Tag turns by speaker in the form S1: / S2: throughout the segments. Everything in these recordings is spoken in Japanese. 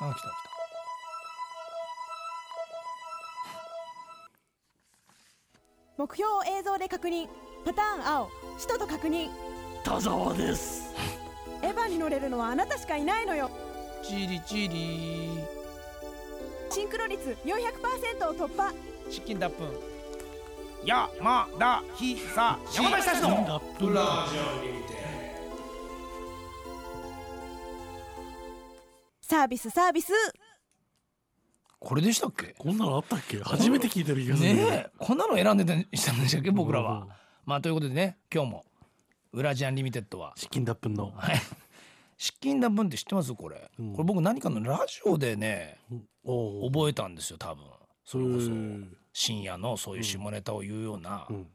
S1: あ、来た来
S2: 目標を映像で確認パターン青使徒と確認
S3: 田沢です
S2: エヴァに乗れるのはあなたしかいないのよ
S1: た。チリチリ。
S2: シンクロ率400%を突破
S1: チキンダップン。
S4: やまだひさ山崎たちの
S3: ラップラ
S2: サービスサービス
S1: これでしたっけ。
S3: こんなのあったっけ初めて聞いたる気がする
S1: ねえ、こんなの選んでたんでしたっけ、僕ら
S3: うん
S1: は。まあ、ということでね、今日も。ウラジアンリミテッドは。
S3: チキンダップンの
S1: はい。チキンダップンって知ってます、これ。
S3: うん
S1: これ僕何かのラジオでね。
S3: おお
S1: 覚えたんですよ、多分。それこそ
S3: へえ。
S1: 深夜のそういう下ネタを言うような。
S3: うん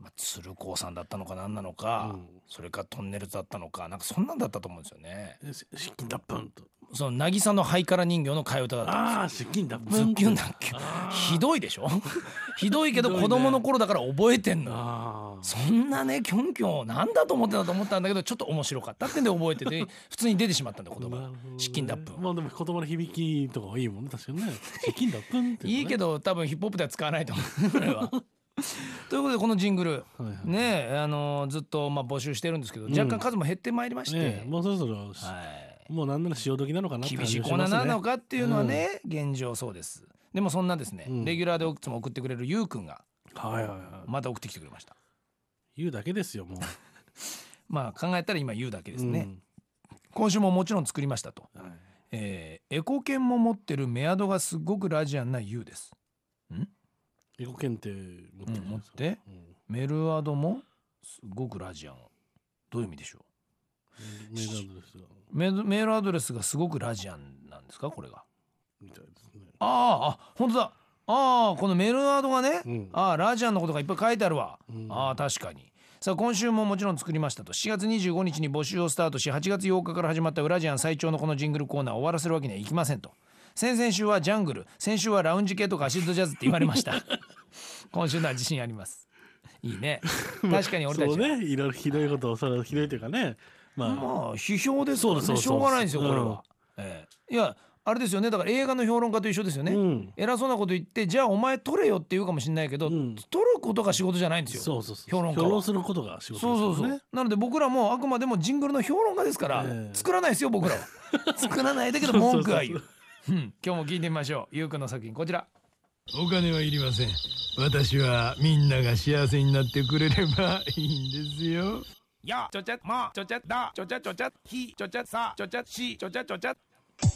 S1: まあ、鶴光さんだったのか何なのか、
S3: うん
S1: それかトンネルズだったのかなんかそんなんだったと思うんですよね
S3: えチチキンダップンと
S1: その渚のハイカラ人形の替え歌だった
S3: ああチキンダップン
S1: ズッキュンだっけひどいでしょ ひどいけど子供の頃だから覚えてんのよ
S3: あ
S1: そんなねキョンキョンなんだと思ってたと思ったんだけどちょっと面白かったってんで覚えてて普通に出てしまったんだ
S3: あ
S1: 言葉チキンダップン
S3: まあでも言葉の響きとかはいいもんね確 かにねチキンダップンって
S1: いいけ
S3: ど
S1: ど多分ヒップホップでは使わないと思うこれ はということでこのジングル
S3: はいはい
S1: ねえあのずっとまあ募集してるんですけど
S3: うん
S1: 若干数も減ってまいりまして、
S3: ねえもうそろそろ
S1: はい
S3: もうなんなら潮時なのかなって
S1: 厳しい
S3: 感じ
S1: コー
S3: が
S1: ナー
S3: ますね
S1: なのかっていうのはね、現状そうですでもそんなですね、
S3: うん
S1: レギュラーでいくつも送ってくれるゆうくんが
S3: はいはいはい
S1: また送ってきてくれました
S3: 言うだけですよもう
S1: まあ考えたら今ゆうだけですね、
S3: うん
S1: 今週ももちろん作りましたと、
S3: はい
S1: えーエコ犬も持ってるメアドがすごくラジアンなゆうです
S3: エコ検定持ってる
S1: うん持って
S3: うん
S1: メルアドもすごくラジアンどういう意味でしょ
S3: メールアドレスが
S1: うメールメールアドレスがすごくラジアンなんですかこれが
S3: みたいですね
S1: あああ本当だああこのメールアドがね、
S3: うん
S1: ああラジアンのことがいっぱい書いてあるわ、
S3: うん
S1: ああ確かにさあ今週ももちろん作りましたと7月25日に募集をスタートし8月8日から始まった「ウラジアン」最長のこのジングルコーナーを終わらせるわけにはいきませんと先々週はジャングル先週はラウンジ系とかアシッドジャズって言われました 今週のは自信ありますいい ね確かに俺た
S3: そ
S1: ち
S3: う
S1: は
S3: ねいろいろひどいことをそれひどいというかねまあ
S1: まあ批評ですからね
S3: そうそうそう
S1: しょうがないんですよこれは、ええいやあれですよねだから映画の評論家と一緒ですよね、
S3: うん
S1: 偉そうなこと言ってじゃあお前取れよって言うかもしれないけど、
S3: うん
S1: 取ることが仕事じゃないんですよ
S3: そうそうそう
S1: 評論家は
S3: することが仕事
S1: そうそう
S3: です
S1: そ
S3: か
S1: う、
S3: らね
S1: なので僕らもあくまでもジングルの評論家ですから、
S3: ええ
S1: 作らないですよ僕ら は作らないだけど文句は言ううん今日も聞いてみましょうゆうくんの作品こちら
S5: お金はいりません私はみんなが幸せになってくれればいいんですよ
S4: やちょちゃまちょちゃだちょちゃちょちゃひちょちゃさちょちゃしちょちゃちょちゃ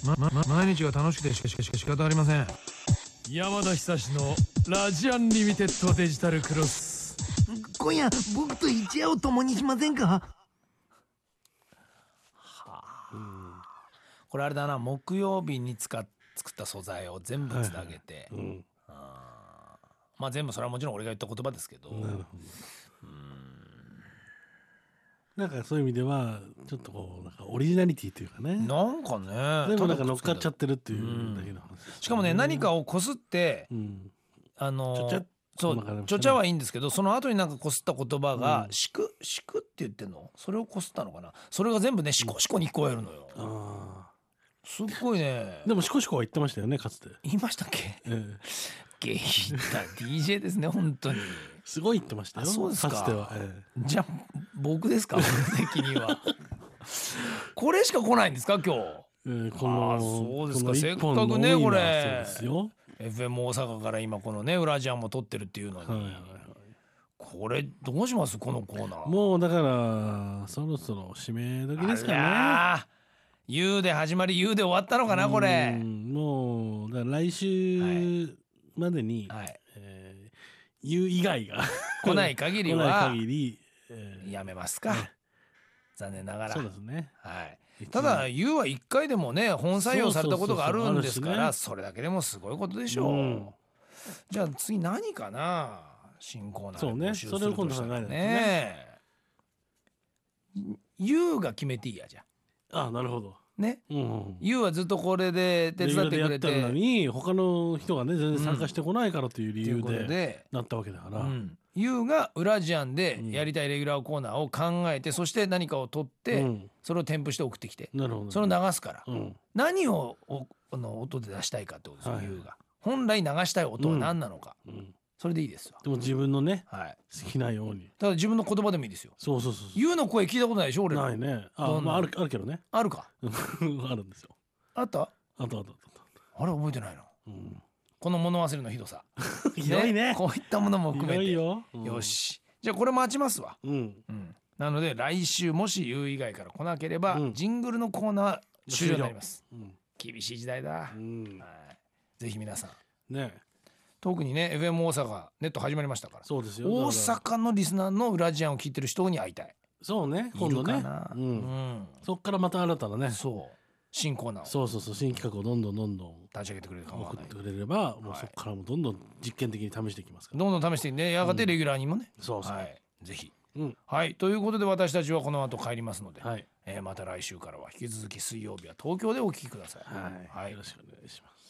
S5: ま、ま、毎日が楽しくてしかしかしか仕方ありません山田久志のラジアンリミテッドデジタルクロス
S6: 今夜僕と一夜を共にしませんか
S1: これあれだな木曜日に使っ作った素材を全部つなげて、
S3: うん
S1: あーまあ全部それはもちろん俺が言った言葉ですけど、
S3: なるほどなんかそういう意味ではちょっとこうなんかオリジナリティというかね
S1: なんかね
S3: 全部なんか乗っかっち
S1: ただく
S3: ゃ
S1: つ
S3: ってるっていうだけの話ですよね
S1: しかもね何かをこすって
S3: うん
S1: あの
S3: ちょちゃ
S1: そ
S3: わかりました
S1: う
S3: ね
S1: ちょちゃはいいんですけどその後になんかこすった言葉が
S3: う
S1: 「
S3: ん
S1: しく」「しく」って言ってんのそれをこすったのかなそれが全部ね「しこしこ」に聞こえるのよ
S3: あ
S1: すっごいね
S3: ーでもシコシコは言ってましたよねかつて、
S1: 言いましたっけ
S3: ええ
S1: ゲイだ DJ ですね本当に
S3: すごい言ってましたよ
S1: あそうですか
S3: つては、え
S1: じゃあ僕ですか俺的に はこれしか来ないんですか今日
S3: えええこの
S1: あーそうですか
S3: この
S1: せっ
S3: 一
S1: かくね
S3: 本の多いのは
S1: これ
S3: そうですよ
S1: FM 大阪から今このねウラジアンも撮ってるっていうの
S3: はいは
S1: に、
S3: いはい
S1: これどうしますこのコーナー
S3: もうだからそろそろ指名時ですかね
S1: あらー U で始まり U で終わったのかなこれ
S3: うんもうだから
S1: は
S3: 来週までに、
S1: はい
S3: えー言う以外が
S1: 来ない限り
S3: 来ない
S1: は
S3: 限り、えー
S1: やめますか
S3: ね
S1: 残念ながら
S3: そうですね
S1: はいただ YOU は1回でもね本採用されたことがあるんですからそれだけでもすごいことでしょう、
S3: うん
S1: じゃあ次何かな新コーナー
S3: そうね
S1: 募集するとしたら
S3: それを今度考えないとね
S1: ね YOU が決めていいやじゃあ
S3: あなるほど
S1: ね
S3: うん
S1: ユ u はずっとこれで手伝ってくれて
S3: レギュラーでやったのに他の人がね全然参加してこないからという理
S1: とい
S3: 由
S1: うこと
S3: で
S1: で、
S3: なったわけだか
S1: う
S3: ら、
S1: ん、 YOU がウラジアンでやりたいレギュラーコーナーを考えて、そして何かを取って、
S3: うん
S1: それを添付して送ってきて、
S3: なるほど。
S1: その流すから、
S3: うん。
S1: 何をおあの音で出したいかってことですよ、
S3: はい
S1: YOU が本来流したい音は何なのか、
S3: うん。
S1: それでいいですわ
S3: でも自分のね、
S1: はい
S3: 好きなように。
S1: ただ自分の言葉でもいいですよ
S3: そうそうそうそう。
S1: YOU の声聞いたことないでしょ俺ら
S3: ないね。
S1: ど
S3: あ、
S1: んな
S3: まあ、ある、あるけどね。
S1: あるか
S3: うんあるんですよ。
S1: あった
S3: あとあとあとあ
S1: あれ覚えてないの
S3: と。うん。
S1: この物忘れのひどさ
S3: ひどいね。
S1: こういったものも
S3: ひ
S1: 含
S3: ど
S1: めて
S3: いよ。うん
S1: よ。しじゃあこれ待ちますわ
S3: うん。
S1: うんなので来週もし YOU 以外から来なければ、
S3: うん
S1: ジングルのコーナー終了になります
S3: うん。
S1: 厳しい時代だ、
S3: うん。
S1: はいぜひ皆さん
S3: ね。
S1: 特にね FM 大阪ネット始まりましたから
S3: そうですよ。
S1: 大
S3: だか
S1: 阪
S3: ら。
S1: のリスナーのウラジアンを聞いてる人に会いたい
S3: そうね。
S1: い
S3: 今
S1: る
S3: 度
S1: か
S3: ね
S1: な。
S3: う。
S1: うんん、
S3: そっからまた新たなね。
S1: そう新コーナーを
S3: そうそうそう。新企画をどんどんどんどん
S1: 立ち上げてくれるかもわ
S3: 送
S1: かんな
S3: っ
S1: い
S3: てくれれば、もう
S1: はい
S3: そっからもどんどん実験的に試していきますから。
S1: どんどん試してねやがてレギュラーにもね、
S3: そうそう。
S1: はいぜひ、
S3: うん
S1: はいということで私たちはこの後帰りますので、
S3: はい。
S1: えーまた来週からは引き続き水曜日は東京でお聞きください、
S3: はい。
S1: はい
S3: よろしくお願いします。